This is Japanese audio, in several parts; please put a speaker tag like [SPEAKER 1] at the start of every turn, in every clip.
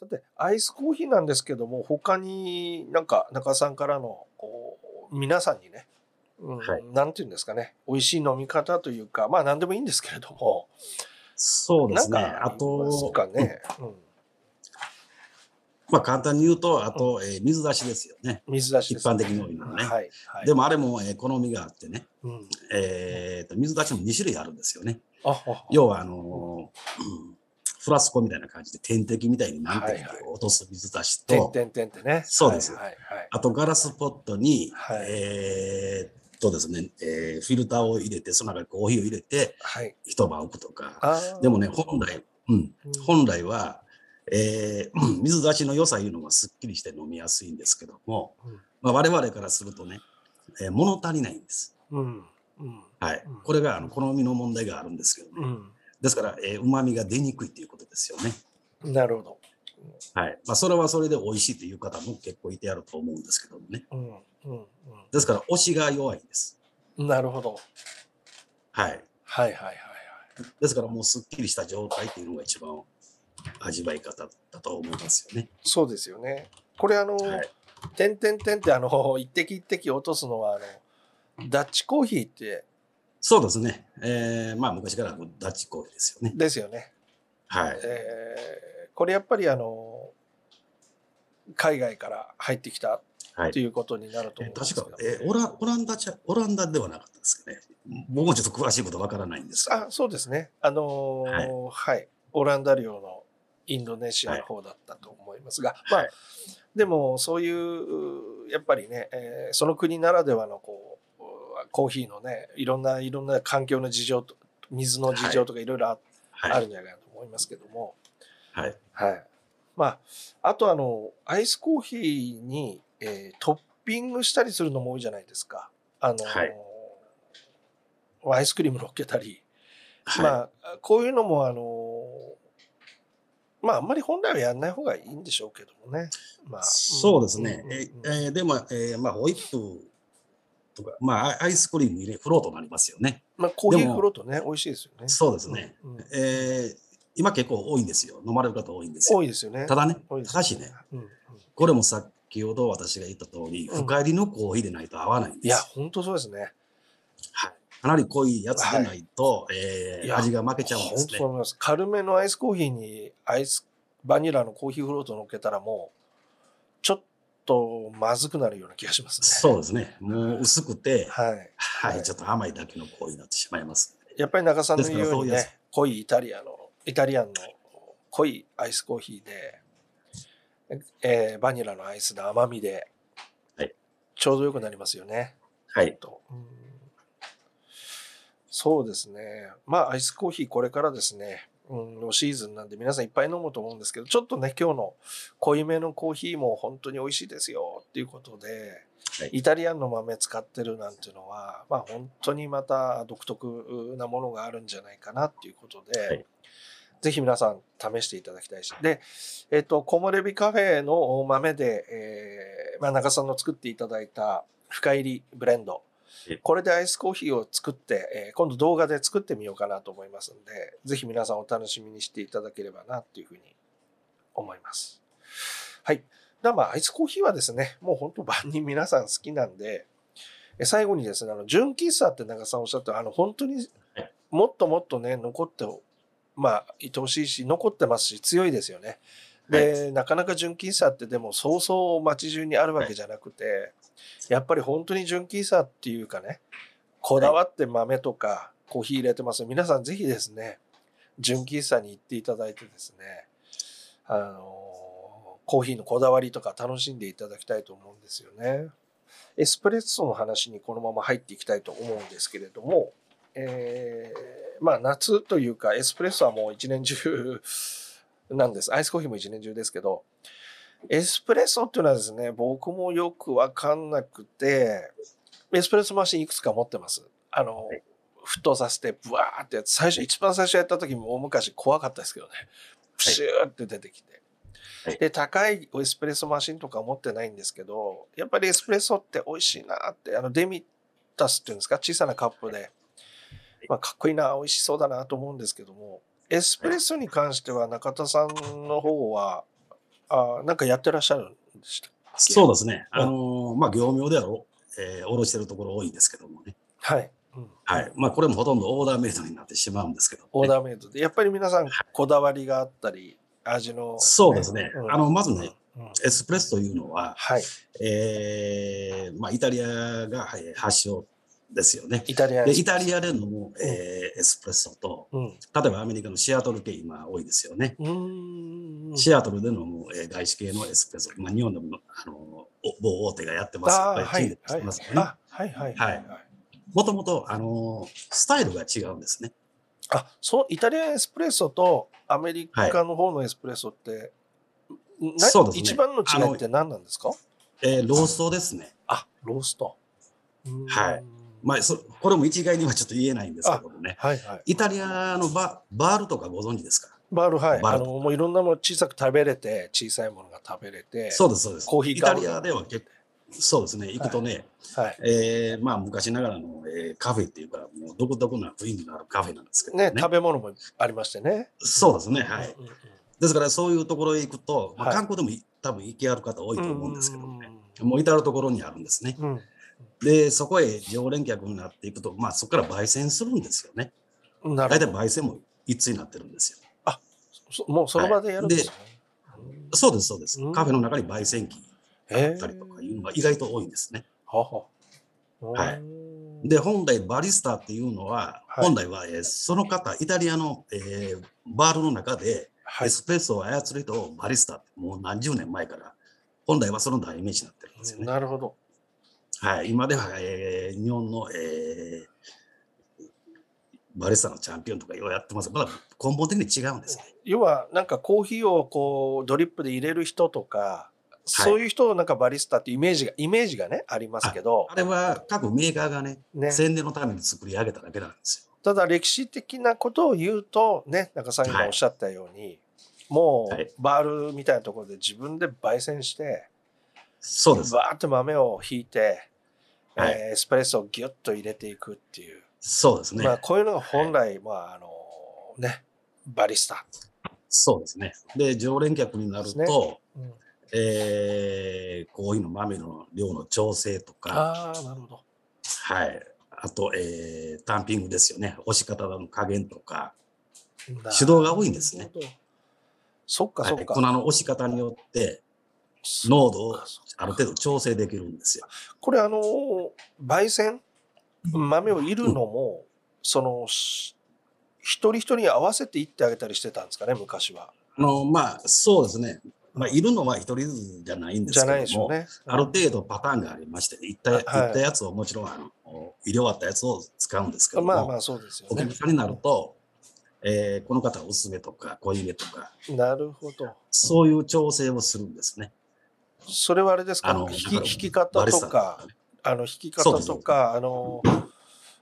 [SPEAKER 1] さてアイスコーヒーなんですけども他になんか中田さんからのこう皆さんにね、うん
[SPEAKER 2] はい
[SPEAKER 1] なんていうんですかね美味しい飲み方というかまあ何でもいいんですけれども
[SPEAKER 2] そうですね。
[SPEAKER 1] なんか
[SPEAKER 2] あ
[SPEAKER 1] ます
[SPEAKER 2] と、
[SPEAKER 1] かね、うん
[SPEAKER 2] まあ簡単に言うと、あと、えー水出しですよね。
[SPEAKER 1] 水出しです、
[SPEAKER 2] 一般的に多いのはね。
[SPEAKER 1] はい、はい、
[SPEAKER 2] でもあれも、えー好みがあってね、
[SPEAKER 1] うん、
[SPEAKER 2] えーと、水出しも2種類あるんですよね。
[SPEAKER 1] ああ
[SPEAKER 2] 要は、あのーうんフラスコみたいな感じで点滴みたいに何滴か
[SPEAKER 1] はいはい
[SPEAKER 2] 落とす水出しと、
[SPEAKER 1] 点点点ってね
[SPEAKER 2] そうです
[SPEAKER 1] はいはいはい
[SPEAKER 2] あとガラスポットに、
[SPEAKER 1] はい
[SPEAKER 2] えーっとですね、えーフィルターを入れて、その中にコーヒーを入れて、
[SPEAKER 1] はい
[SPEAKER 2] 一晩置くとか。
[SPEAKER 1] あー
[SPEAKER 2] でもね、本来、うん、
[SPEAKER 1] うん
[SPEAKER 2] 本来は、えーうん水出しの良さいうのがすっきりして飲みやすいんですけども、
[SPEAKER 1] うん
[SPEAKER 2] まあ、我々からするとね、えー物足りないんです。
[SPEAKER 1] うんうん
[SPEAKER 2] はい
[SPEAKER 1] うん。
[SPEAKER 2] これがあの好みの問題があるんですけどね。ですから、えー、旨味が出にくいっていうことですよね。
[SPEAKER 1] うんなるほど
[SPEAKER 2] はい。まあ、それはそれで美味しいという方も結構いてあると思うんですけどもね。
[SPEAKER 1] うんうん
[SPEAKER 2] ですから、推しが弱いんです。
[SPEAKER 1] うんなるほど
[SPEAKER 2] はい。
[SPEAKER 1] はいはいはいはい
[SPEAKER 2] ですから、もうすっきりした状態っていうのが一番味わい方だと思いますよね。
[SPEAKER 1] そうですよねこれあの、
[SPEAKER 2] はい。
[SPEAKER 1] 点点点ってあの 一滴一滴落とすのはあのダッチコーヒーって
[SPEAKER 2] そうですね。えーまあ、昔からのダッチコーヒーですよね。
[SPEAKER 1] ですよね、
[SPEAKER 2] はい。
[SPEAKER 1] えーこれやっぱりあの海外から入ってきた
[SPEAKER 2] はい
[SPEAKER 1] ということになると
[SPEAKER 2] え
[SPEAKER 1] 思う
[SPEAKER 2] ー
[SPEAKER 1] んです
[SPEAKER 2] 確
[SPEAKER 1] け
[SPEAKER 2] か
[SPEAKER 1] ど、、
[SPEAKER 2] えーオラオランダちゃオランダではなかったですかね。僕もちょっと詳しいことわからないんですが。
[SPEAKER 1] あそうですねあのーはい、オランダ領のインドネシアの方だったと思いますが、まあ、
[SPEAKER 2] はい
[SPEAKER 1] でもそういうやっぱりね、えーその国ならではのこうコーヒーのねいろんないろんな環境の事情と水の事情とかいろいろあ,、
[SPEAKER 2] は
[SPEAKER 1] あ
[SPEAKER 2] い。
[SPEAKER 1] るんじゃないかと思いますけども、
[SPEAKER 2] はい。
[SPEAKER 1] はい、まああとあのアイスコーヒーに、えートッピングしたりするのも多いじゃないですか。あのー
[SPEAKER 2] はい
[SPEAKER 1] アイスクリーム乗っけたり、
[SPEAKER 2] はい。
[SPEAKER 1] まあこういうのもあのまああんまり本来はやんない方がいいんでしょうけどもね。まあ
[SPEAKER 2] そうですね。
[SPEAKER 1] うんうん
[SPEAKER 2] え
[SPEAKER 1] うん
[SPEAKER 2] ーえーでも、えーまあ、ホイップとか、まあ、アイスクリーム入れ、フロートになりますよね。
[SPEAKER 1] まあコーヒ
[SPEAKER 2] で
[SPEAKER 1] ー
[SPEAKER 2] も
[SPEAKER 1] フロートね美味しいですよね。
[SPEAKER 2] そうですね。
[SPEAKER 1] うんうん
[SPEAKER 2] えー今結構多いんですよ。飲まれる方多いんですよ。
[SPEAKER 1] 多いですよね。
[SPEAKER 2] ただね、
[SPEAKER 1] 多い
[SPEAKER 2] た
[SPEAKER 1] です
[SPEAKER 2] だしね、
[SPEAKER 1] うんうん
[SPEAKER 2] これも先ほど私が言った通り、
[SPEAKER 1] うん
[SPEAKER 2] 深入りのコーヒーでないと合わないん
[SPEAKER 1] い
[SPEAKER 2] です。
[SPEAKER 1] や本当そうですね。
[SPEAKER 2] はい、かなり濃いやつでないと、え
[SPEAKER 1] い
[SPEAKER 2] ー
[SPEAKER 1] や
[SPEAKER 2] 味が負けちゃうんで
[SPEAKER 1] 本
[SPEAKER 2] す
[SPEAKER 1] 当
[SPEAKER 2] ね
[SPEAKER 1] そう。思います。軽めのアイスコーヒーにアイスバニラのコーヒーフロート乗っけたらもうちょっとまずくなるような気がしますね。
[SPEAKER 2] そうですね。もう薄くて、
[SPEAKER 1] はい。
[SPEAKER 2] はい、ちょっと甘いだけのコーヒーになってしまいます。
[SPEAKER 1] やっぱり中さんの言う
[SPEAKER 2] です
[SPEAKER 1] よ
[SPEAKER 2] からそうう
[SPEAKER 1] に
[SPEAKER 2] です
[SPEAKER 1] ね、濃いイタリアの、イタリアンの濃いアイスコーヒーで、えーバニラのアイスの甘みで、
[SPEAKER 2] はい
[SPEAKER 1] ちょうどよくなりますよね。
[SPEAKER 2] はい。
[SPEAKER 1] とうんそうですね。まあ、アイスコーヒーこれからですね、うん、のシーズンなんで皆さんいっぱい飲むと思うんですけど、ちょっとね、今日の濃いめのコーヒーも本当に美味しいですよっていうことで、
[SPEAKER 2] はい
[SPEAKER 1] イタリアンの豆使ってるなんていうのは、まあ本当にまた独特なものがあるんじゃないかなっていうことで、
[SPEAKER 2] はい
[SPEAKER 1] ぜひ皆さん試していただきたいし。で、えっと、木漏れ日カフェの豆で、えーまあ、中さんの作っていただいた深入りブレンド
[SPEAKER 2] え。
[SPEAKER 1] これでアイスコーヒーを作って、えー今度動画で作ってみようかなと思いますんで、ぜひ皆さんお楽しみにしていただければなっていうふうに思います。はい。だまあ、アイスコーヒーはですね、もう本当万人皆さん好きなんで、え最後にですね、あの、純喫茶って長さんおっしゃった、あの、本当に
[SPEAKER 2] はい
[SPEAKER 1] もっともっとね、残ってほ、まあ、愛おしいし、残ってますし、強いですよね。で、なかなか純喫茶ってでも、そうそう街中にあるわけじゃなくて、やっぱり本当に純喫茶っていうかね、こだわって豆とかコーヒー入れてます。皆さんぜひですね、純喫茶に行っていただいてですね、あのコーヒーのこだわりとか楽しんでいただきたいと思うんですよね。エスプレッソの話にこのまま入っていきたいと思うんですけれども、えーまあ夏というかエスプレッソはもう一年中なんです。アイスコーヒーも一年中ですけど、エスプレッソっていうのはですね、僕もよくわかんなくて、エスプレッソマシンいくつか持ってます。あの、
[SPEAKER 2] はい
[SPEAKER 1] 沸騰させて、ブワーってやつ、最初、一番最初やった時も大昔怖かったですけどね。プシューって出てきて。
[SPEAKER 2] はい
[SPEAKER 1] で、高いエスプレッソマシンとか持ってないんですけど、やっぱりエスプレッソって美味しいなって、あの、デミタスっていうんですか、小さなカップで、まあ、かっこいいな、美味しそうだなと思うんですけども、エスプレッソに関しては中田さんの方は、ああ、なんかやってらっしゃるんでした。
[SPEAKER 2] そうですね。
[SPEAKER 1] うん
[SPEAKER 2] あのーまあ、業務用ではお、えー、おろしてるところ多いんですけどもね。
[SPEAKER 1] はい。うん
[SPEAKER 2] はい。まあ、これもほとんどオーダーメイドになってしまうんですけど、ね。
[SPEAKER 1] オーダーメイドで。やっぱり皆さん、こだわりがあったり、味のね、
[SPEAKER 2] そうです
[SPEAKER 1] ん
[SPEAKER 2] ねあのまずね、
[SPEAKER 1] うん
[SPEAKER 2] エスプレッソというのは、
[SPEAKER 1] はい。
[SPEAKER 2] えーまあ、イタリアがえー発祥ですよね。
[SPEAKER 1] イタリア
[SPEAKER 2] でイタリアで飲む、えーエスプレッソと、
[SPEAKER 1] うん。
[SPEAKER 2] 例えばアメリカのシアトル系今多いですよね。
[SPEAKER 1] うーん。
[SPEAKER 2] シアトルで飲む、えー外資系のエスプレッソ、まあ、日本でもあのお某大手がやってます。
[SPEAKER 1] ああ、
[SPEAKER 2] やっぱ
[SPEAKER 1] は
[SPEAKER 2] り
[SPEAKER 1] いは
[SPEAKER 2] 近。
[SPEAKER 1] い
[SPEAKER 2] 年やってますよ。ね
[SPEAKER 1] あ、はいはい
[SPEAKER 2] もともと、あのスタイルが違うんですね。
[SPEAKER 1] あ、そう、イタリアンエスプレッソとアメリカの方のエスプレッソって、な
[SPEAKER 2] そうですね
[SPEAKER 1] 一番の違いって何なんですか
[SPEAKER 2] えーローストですね。
[SPEAKER 1] あ、ロースト。うーん
[SPEAKER 2] はい。まあ、そこれも一概にはちょっと言えないんですけどもね。
[SPEAKER 1] はいはい。
[SPEAKER 2] イタリアのババールとかご存知ですか
[SPEAKER 1] バール、はい。
[SPEAKER 2] バ
[SPEAKER 1] あ
[SPEAKER 2] ー
[SPEAKER 1] の、
[SPEAKER 2] ル
[SPEAKER 1] もういろんなもの小さく食べれて、小さいものが食べれて、
[SPEAKER 2] そうです、そうです。
[SPEAKER 1] コーヒー
[SPEAKER 2] イ
[SPEAKER 1] ガ
[SPEAKER 2] タ
[SPEAKER 1] ール
[SPEAKER 2] リアでは結構、そうですね、行くとね、
[SPEAKER 1] はい。
[SPEAKER 2] えーまあ、昔ながらの、えーカフェっていうか、もう独特な雰囲気のあるカフェなんですけどね。
[SPEAKER 1] ね、食べ物もありましてね。
[SPEAKER 2] そうですね、はい。
[SPEAKER 1] うんうんうん
[SPEAKER 2] ですから、そういうところへ行くと、まあ、
[SPEAKER 1] はい
[SPEAKER 2] 観光でもい多分行きある方多いと思うんですけどね。
[SPEAKER 1] うん
[SPEAKER 2] もう至るところにあるんですね。
[SPEAKER 1] うん
[SPEAKER 2] で、そこへ常連客になっていくと、まあ、そこから焙煎するんですよね。
[SPEAKER 1] うん、なる
[SPEAKER 2] 大
[SPEAKER 1] ほ
[SPEAKER 2] 体
[SPEAKER 1] ど
[SPEAKER 2] 焙煎も一通になってるんですよ。
[SPEAKER 1] そもうその場でやるんですね。
[SPEAKER 2] そうです、そうです
[SPEAKER 1] うん。
[SPEAKER 2] カフェの中に焙煎機
[SPEAKER 1] へ
[SPEAKER 2] だったりとかいうのが意外と多いんですね。
[SPEAKER 1] はは。
[SPEAKER 2] はい
[SPEAKER 1] うん
[SPEAKER 2] で、本来バリスタっていうのは、
[SPEAKER 1] はい
[SPEAKER 2] 本来は、えーその方、イタリアの、えーバールの中で、
[SPEAKER 1] はい
[SPEAKER 2] エ。スプレッソを操る人をバリスタってもう何十年前から、本来はその代名詞になってるんですよね。
[SPEAKER 1] なるほど。
[SPEAKER 2] はい、今では、えー日本の、えーバリスタのチャンピオンとかいろいろやってますまだ根本的に違うんですね。
[SPEAKER 1] 要はなんかコーヒーをこうドリップで入れる人とか、そういう人をなんかバリスタってイメージがイメージがねありますけど、
[SPEAKER 2] あれは各メーカーがね、
[SPEAKER 1] ね、
[SPEAKER 2] 宣伝のために作り上げただけなんですよ。
[SPEAKER 1] ただ歴史的なことを言うとね中さんがおっしゃったように、も
[SPEAKER 2] はいう
[SPEAKER 1] バールみたいなところで自分で焙煎して、
[SPEAKER 2] そうです。
[SPEAKER 1] バーって豆をひいて、
[SPEAKER 2] はい
[SPEAKER 1] えーエスプレッソをギュッと入れていくっていう、
[SPEAKER 2] そうですね。
[SPEAKER 1] まあ、こういうのが本来、まああのねバリスタ、
[SPEAKER 2] そうですね。で、常連客になる
[SPEAKER 1] そ
[SPEAKER 2] と、
[SPEAKER 1] うです
[SPEAKER 2] えーコーヒーの豆の量の調整とか、
[SPEAKER 1] ああなるほど
[SPEAKER 2] はい。あと、えータンピングですよね。押し方の加減とか、
[SPEAKER 1] 手
[SPEAKER 2] 動が多いんですね
[SPEAKER 1] そっかそ
[SPEAKER 2] は
[SPEAKER 1] っ
[SPEAKER 2] い
[SPEAKER 1] か、
[SPEAKER 2] 粉の押し方によって、濃度を
[SPEAKER 1] そっか
[SPEAKER 2] ある程度調整できるんですよ。
[SPEAKER 1] これあのー焙煎豆をいるのも、そのし一人一人に合わせていってあげたりしてたんですかね昔は
[SPEAKER 2] あの、まあ、そうですね。まあ、いるのは一人ずつじゃないんで
[SPEAKER 1] じ
[SPEAKER 2] す
[SPEAKER 1] ゃ
[SPEAKER 2] け
[SPEAKER 1] な
[SPEAKER 2] ど
[SPEAKER 1] い
[SPEAKER 2] も、
[SPEAKER 1] でしょうね
[SPEAKER 2] ある程度パターンがありまして、いった,、
[SPEAKER 1] はい
[SPEAKER 2] い、ったやつをもちろん、あの、入れ終わったやつを使うんですけども、
[SPEAKER 1] まあまあそうですよ
[SPEAKER 2] お
[SPEAKER 1] ね
[SPEAKER 2] 客さんになると、えーこの方はおすすめとか濃いめとか
[SPEAKER 1] なるほど
[SPEAKER 2] そういう調整をするんですね。
[SPEAKER 1] それはあれですか
[SPEAKER 2] あの
[SPEAKER 1] 弾き
[SPEAKER 2] だ
[SPEAKER 1] 弾
[SPEAKER 2] から
[SPEAKER 1] き方
[SPEAKER 2] バリ
[SPEAKER 1] と
[SPEAKER 2] スタ
[SPEAKER 1] か
[SPEAKER 2] ね
[SPEAKER 1] あの弾き
[SPEAKER 2] そう
[SPEAKER 1] 方
[SPEAKER 2] です
[SPEAKER 1] とかあの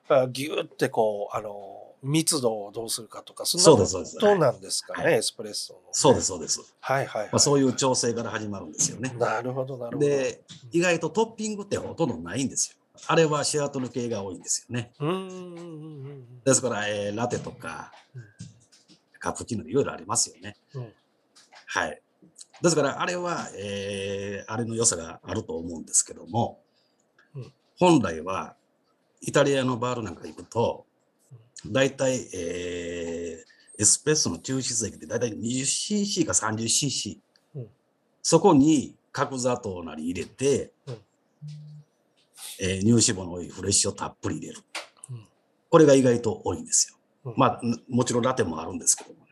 [SPEAKER 1] あギューってこうあの密度をどうするかとかそんな
[SPEAKER 2] そうですそうです
[SPEAKER 1] ことなんですかね、
[SPEAKER 2] は
[SPEAKER 1] エスプレッソの、
[SPEAKER 2] そうですそうです。
[SPEAKER 1] はいはい、はい
[SPEAKER 2] まあ、そういう調整から始まるんですよね。
[SPEAKER 1] なるほどなるほど
[SPEAKER 2] で意外とトッピングってほとんどないんですよ。あれはシアトル系が多いんですよね。
[SPEAKER 1] うーんうんうん
[SPEAKER 2] ですから、えーラテとか
[SPEAKER 1] うん
[SPEAKER 2] カプチーノいろいろありますよね。
[SPEAKER 1] うんうん
[SPEAKER 2] はい。ですからあれは、えーあれの良さがあると思うんですけども、
[SPEAKER 1] うん
[SPEAKER 2] 本来はイタリアのバールなんか行くと大体、えーエスプレッソの抽出液で大体 20cc か 30cc、
[SPEAKER 1] うん
[SPEAKER 2] そこに角砂糖なり入れて、
[SPEAKER 1] うん
[SPEAKER 2] えー乳脂肪の多いフレッシュをたっぷり入れる
[SPEAKER 1] うん
[SPEAKER 2] これが意外と多いんですよ。
[SPEAKER 1] うん
[SPEAKER 2] まあ、んもちろんラテもあるんですけどもね。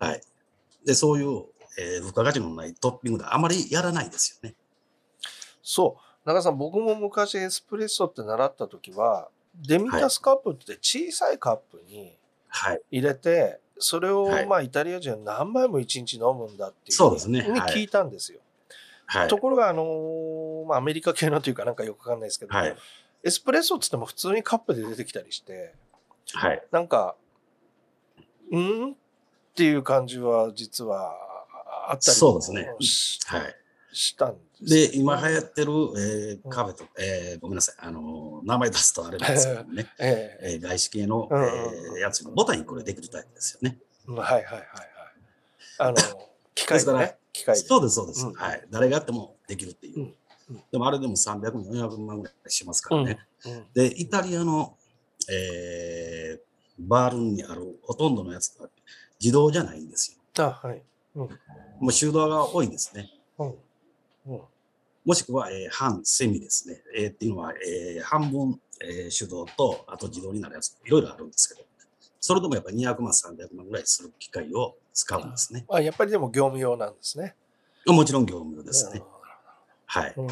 [SPEAKER 1] うん
[SPEAKER 2] はい。で、そういう、えー付加価値のないトッピングであまりやらないですよね。
[SPEAKER 1] そう中田さん僕も昔エスプレッソって習った時はデミタスカップって小さいカップに
[SPEAKER 2] はい。
[SPEAKER 1] 入れてそれを
[SPEAKER 2] はい
[SPEAKER 1] まあイタリア人は何杯も一日飲むんだっていう
[SPEAKER 2] そうですね
[SPEAKER 1] に
[SPEAKER 2] はい
[SPEAKER 1] 聞いたんですよ、
[SPEAKER 2] はい
[SPEAKER 1] と。ころがあのーまあアメリカ系のというかなんかよくわかんないですけど、
[SPEAKER 2] はい。
[SPEAKER 1] エスプレッソっつっても普通にカップで出てきたりして
[SPEAKER 2] はい。
[SPEAKER 1] なんかうんっていう感じは実はあったり
[SPEAKER 2] そうですね
[SPEAKER 1] し
[SPEAKER 2] はい。
[SPEAKER 1] したんですよ
[SPEAKER 2] で、今流行ってる、えーカフェと、えーごめんなさい。あのー名前出すとあれなんですけど ね。
[SPEAKER 1] ええ
[SPEAKER 2] えー外資系の、
[SPEAKER 1] うんうんうん
[SPEAKER 2] えーやつのボタンにこれできるタイプですよね。
[SPEAKER 1] うんはいはいはいはいあの機械
[SPEAKER 2] です
[SPEAKER 1] で
[SPEAKER 2] から
[SPEAKER 1] ね機械で。
[SPEAKER 2] そうです、そうです、
[SPEAKER 1] うん
[SPEAKER 2] はい。誰がやってもできるっていう。
[SPEAKER 1] うんうん
[SPEAKER 2] でもあれでも300万、400万ぐらいしますからね。
[SPEAKER 1] うん
[SPEAKER 2] で、イタリアの、えーバールにあるほとんどのやつは自動じゃないんですよ。
[SPEAKER 1] あ、はい。
[SPEAKER 2] もう手動が多いですね。
[SPEAKER 1] うん。うん。
[SPEAKER 2] もしくは、えー半セミですね。えーっていうのは、えー半分、えー手動と、あと自動になるやつ、いろいろあるんですけど、それでもやっぱり200万、300万ぐらいする機械を使うんですね。
[SPEAKER 1] あ、やっぱりでも業務用なんですね。
[SPEAKER 2] もちろん業務用ですね。はい。
[SPEAKER 1] うん。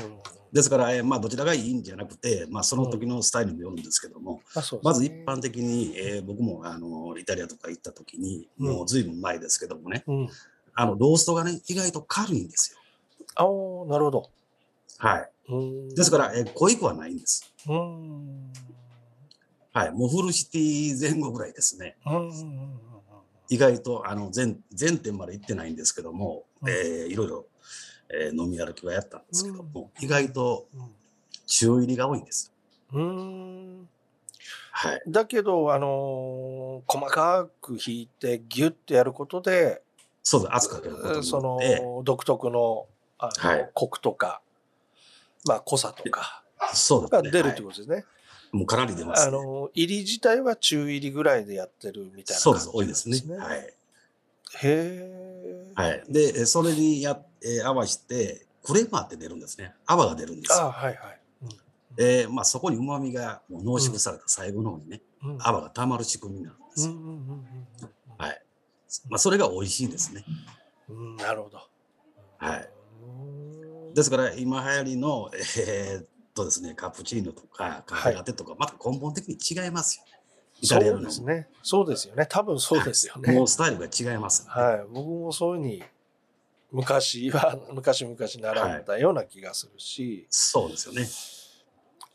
[SPEAKER 2] ですから、えーまあ、どちらがいいんじゃなくて、まあ、その時のスタイルによるんですけども、
[SPEAKER 1] あそうですね
[SPEAKER 2] まず一般的に、えー僕もあのイタリアとか行った時に、
[SPEAKER 1] うん
[SPEAKER 2] もうずいぶん前ですけどもね、
[SPEAKER 1] うん。
[SPEAKER 2] あのローストがね、意外と軽いんですよ。
[SPEAKER 1] あおなるほど。
[SPEAKER 2] はい。
[SPEAKER 1] うん。
[SPEAKER 2] ですから、えー濃いくはないんです。
[SPEAKER 1] うん。
[SPEAKER 2] はい。もうフルシティ前後ぐらいですね。
[SPEAKER 1] うん。うん。
[SPEAKER 2] 意外とあの全全店まで行ってないんですけども、
[SPEAKER 1] うん
[SPEAKER 2] えーいろいろ、えー飲み歩きはやったんですけども、意外と
[SPEAKER 1] うん
[SPEAKER 2] 宙入りが多いんです。
[SPEAKER 1] うん。うん。
[SPEAKER 2] はい。
[SPEAKER 1] だけど、あのー細かく引いてギュッてやることで、
[SPEAKER 2] そうです。圧かけること
[SPEAKER 1] そ
[SPEAKER 2] によって、
[SPEAKER 1] の独特のあの、
[SPEAKER 2] はい
[SPEAKER 1] コクとか、まあ、濃さとか
[SPEAKER 2] そう
[SPEAKER 1] が
[SPEAKER 2] です
[SPEAKER 1] 出
[SPEAKER 2] ね。
[SPEAKER 1] る
[SPEAKER 2] は
[SPEAKER 1] って
[SPEAKER 2] い
[SPEAKER 1] ことですね。
[SPEAKER 2] もうかなり出ます、
[SPEAKER 1] あ
[SPEAKER 2] ね。
[SPEAKER 1] の入り自体は中入りぐらいでやってるみたいな
[SPEAKER 2] そう
[SPEAKER 1] 感
[SPEAKER 2] で
[SPEAKER 1] じ
[SPEAKER 2] す。多いですね。
[SPEAKER 1] なん
[SPEAKER 2] はい。
[SPEAKER 1] へえ。
[SPEAKER 2] はい、で、えーそれにや、えー合わせて、クレーマーって出るんですね。泡が出るんです
[SPEAKER 1] あ
[SPEAKER 2] よ。
[SPEAKER 1] はいはい。
[SPEAKER 2] えーまあ、そこに旨味がもう濃縮された最後の方にね、
[SPEAKER 1] うんうん
[SPEAKER 2] 泡がたまる仕組みになるんです
[SPEAKER 1] うん
[SPEAKER 2] よ。
[SPEAKER 1] うんうん
[SPEAKER 2] はい。まあ、それが美味しいですね。
[SPEAKER 1] うんうんなるほど。
[SPEAKER 2] はい。
[SPEAKER 1] うん
[SPEAKER 2] ですから、今流行りの、えーっとですね、カプチーノとか、カフェラテとか、また根本的に違いますよね。イタリア
[SPEAKER 1] そう
[SPEAKER 2] の
[SPEAKER 1] ですね。そうですよね。多分そうですよね。
[SPEAKER 2] もうスタイルが違います、ね。
[SPEAKER 1] はい、僕もそういうふうに昔は昔々習ったような気がするし、
[SPEAKER 2] そうですよね。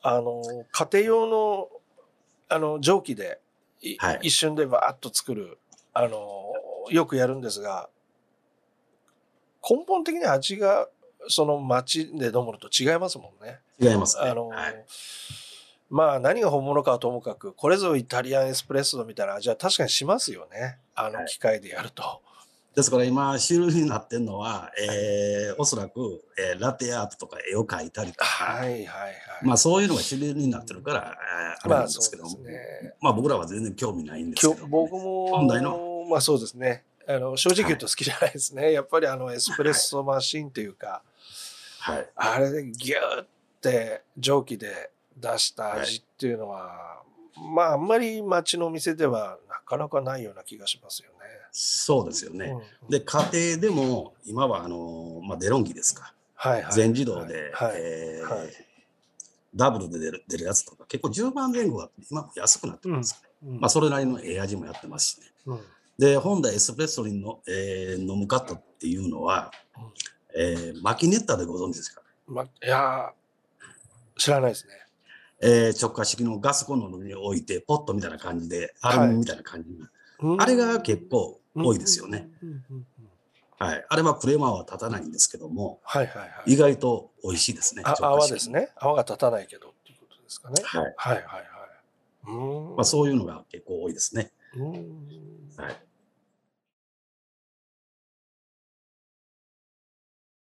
[SPEAKER 1] あの家庭用のあの蒸気で、い
[SPEAKER 2] はい
[SPEAKER 1] 一瞬でバーッと作るあのよくやるんですが根本的に味がその町で飲むのと違いますもんね。
[SPEAKER 2] 違いますね。
[SPEAKER 1] あの
[SPEAKER 2] はい、
[SPEAKER 1] まあ何が本物かはともかくこれぞイタリアンエスプレッソみたいな味は確かにしますよねあの機械でやると。
[SPEAKER 2] ですから今、主流になってるのは、えーおそらく、えーラテアートとか絵を描いたりとか、
[SPEAKER 1] はいはいはい。
[SPEAKER 2] まあそういうのが主流になってるから、えーあれ
[SPEAKER 1] ま
[SPEAKER 2] なん
[SPEAKER 1] あ
[SPEAKER 2] で
[SPEAKER 1] そ
[SPEAKER 2] すけ
[SPEAKER 1] う
[SPEAKER 2] ど
[SPEAKER 1] で
[SPEAKER 2] も、
[SPEAKER 1] すね。
[SPEAKER 2] まあ僕らは全然興味ないんです
[SPEAKER 1] 今
[SPEAKER 2] け
[SPEAKER 1] 日
[SPEAKER 2] ど、
[SPEAKER 1] 僕
[SPEAKER 2] 本題の
[SPEAKER 1] も、まあそうですね。あの正直言うと好きじゃないですね。やっぱりあのエスプレッソマシンというか、
[SPEAKER 2] はい、
[SPEAKER 1] あれでギューって蒸気で出した味っていうのは、まああんまり街のお店ではなかなかないような気がしますよ
[SPEAKER 2] そうですよ
[SPEAKER 1] ね。
[SPEAKER 2] ね。
[SPEAKER 1] うん
[SPEAKER 2] で、家庭でも、今はあの、まあ、デロンギですか、
[SPEAKER 1] はいはい、
[SPEAKER 2] 全自動で、
[SPEAKER 1] はい
[SPEAKER 2] えー
[SPEAKER 1] はい
[SPEAKER 2] ダブルで出る出るやつとか、結構10万前後は今も安くなってますから、
[SPEAKER 1] うん
[SPEAKER 2] まあそれなりのええ味もやってますしね。
[SPEAKER 1] うん
[SPEAKER 2] で、本来エスプレッソにの、えー飲む方っていうのは、えーマキネッタでご存知ですか、
[SPEAKER 1] ま、いやー知らないですね。
[SPEAKER 2] えー直下式のガスコンロに置いて、ポットみたいな感じで、アルミみたいな感じに、
[SPEAKER 1] うん
[SPEAKER 2] あれが結構多いですよね。。
[SPEAKER 1] うんうんうんうん
[SPEAKER 2] はい。あれはクレーマーは立たないんですけども、
[SPEAKER 1] はいはいはい。
[SPEAKER 2] 意外と美味しいですね。
[SPEAKER 1] あ
[SPEAKER 2] 直下
[SPEAKER 1] 泡
[SPEAKER 2] 式
[SPEAKER 1] です。ね。泡が立たないけどっていうことですかね。
[SPEAKER 2] はい。
[SPEAKER 1] はいはいはい。うーん。
[SPEAKER 2] まあ、そういうのが結構多いですね。
[SPEAKER 1] うーん
[SPEAKER 2] はい。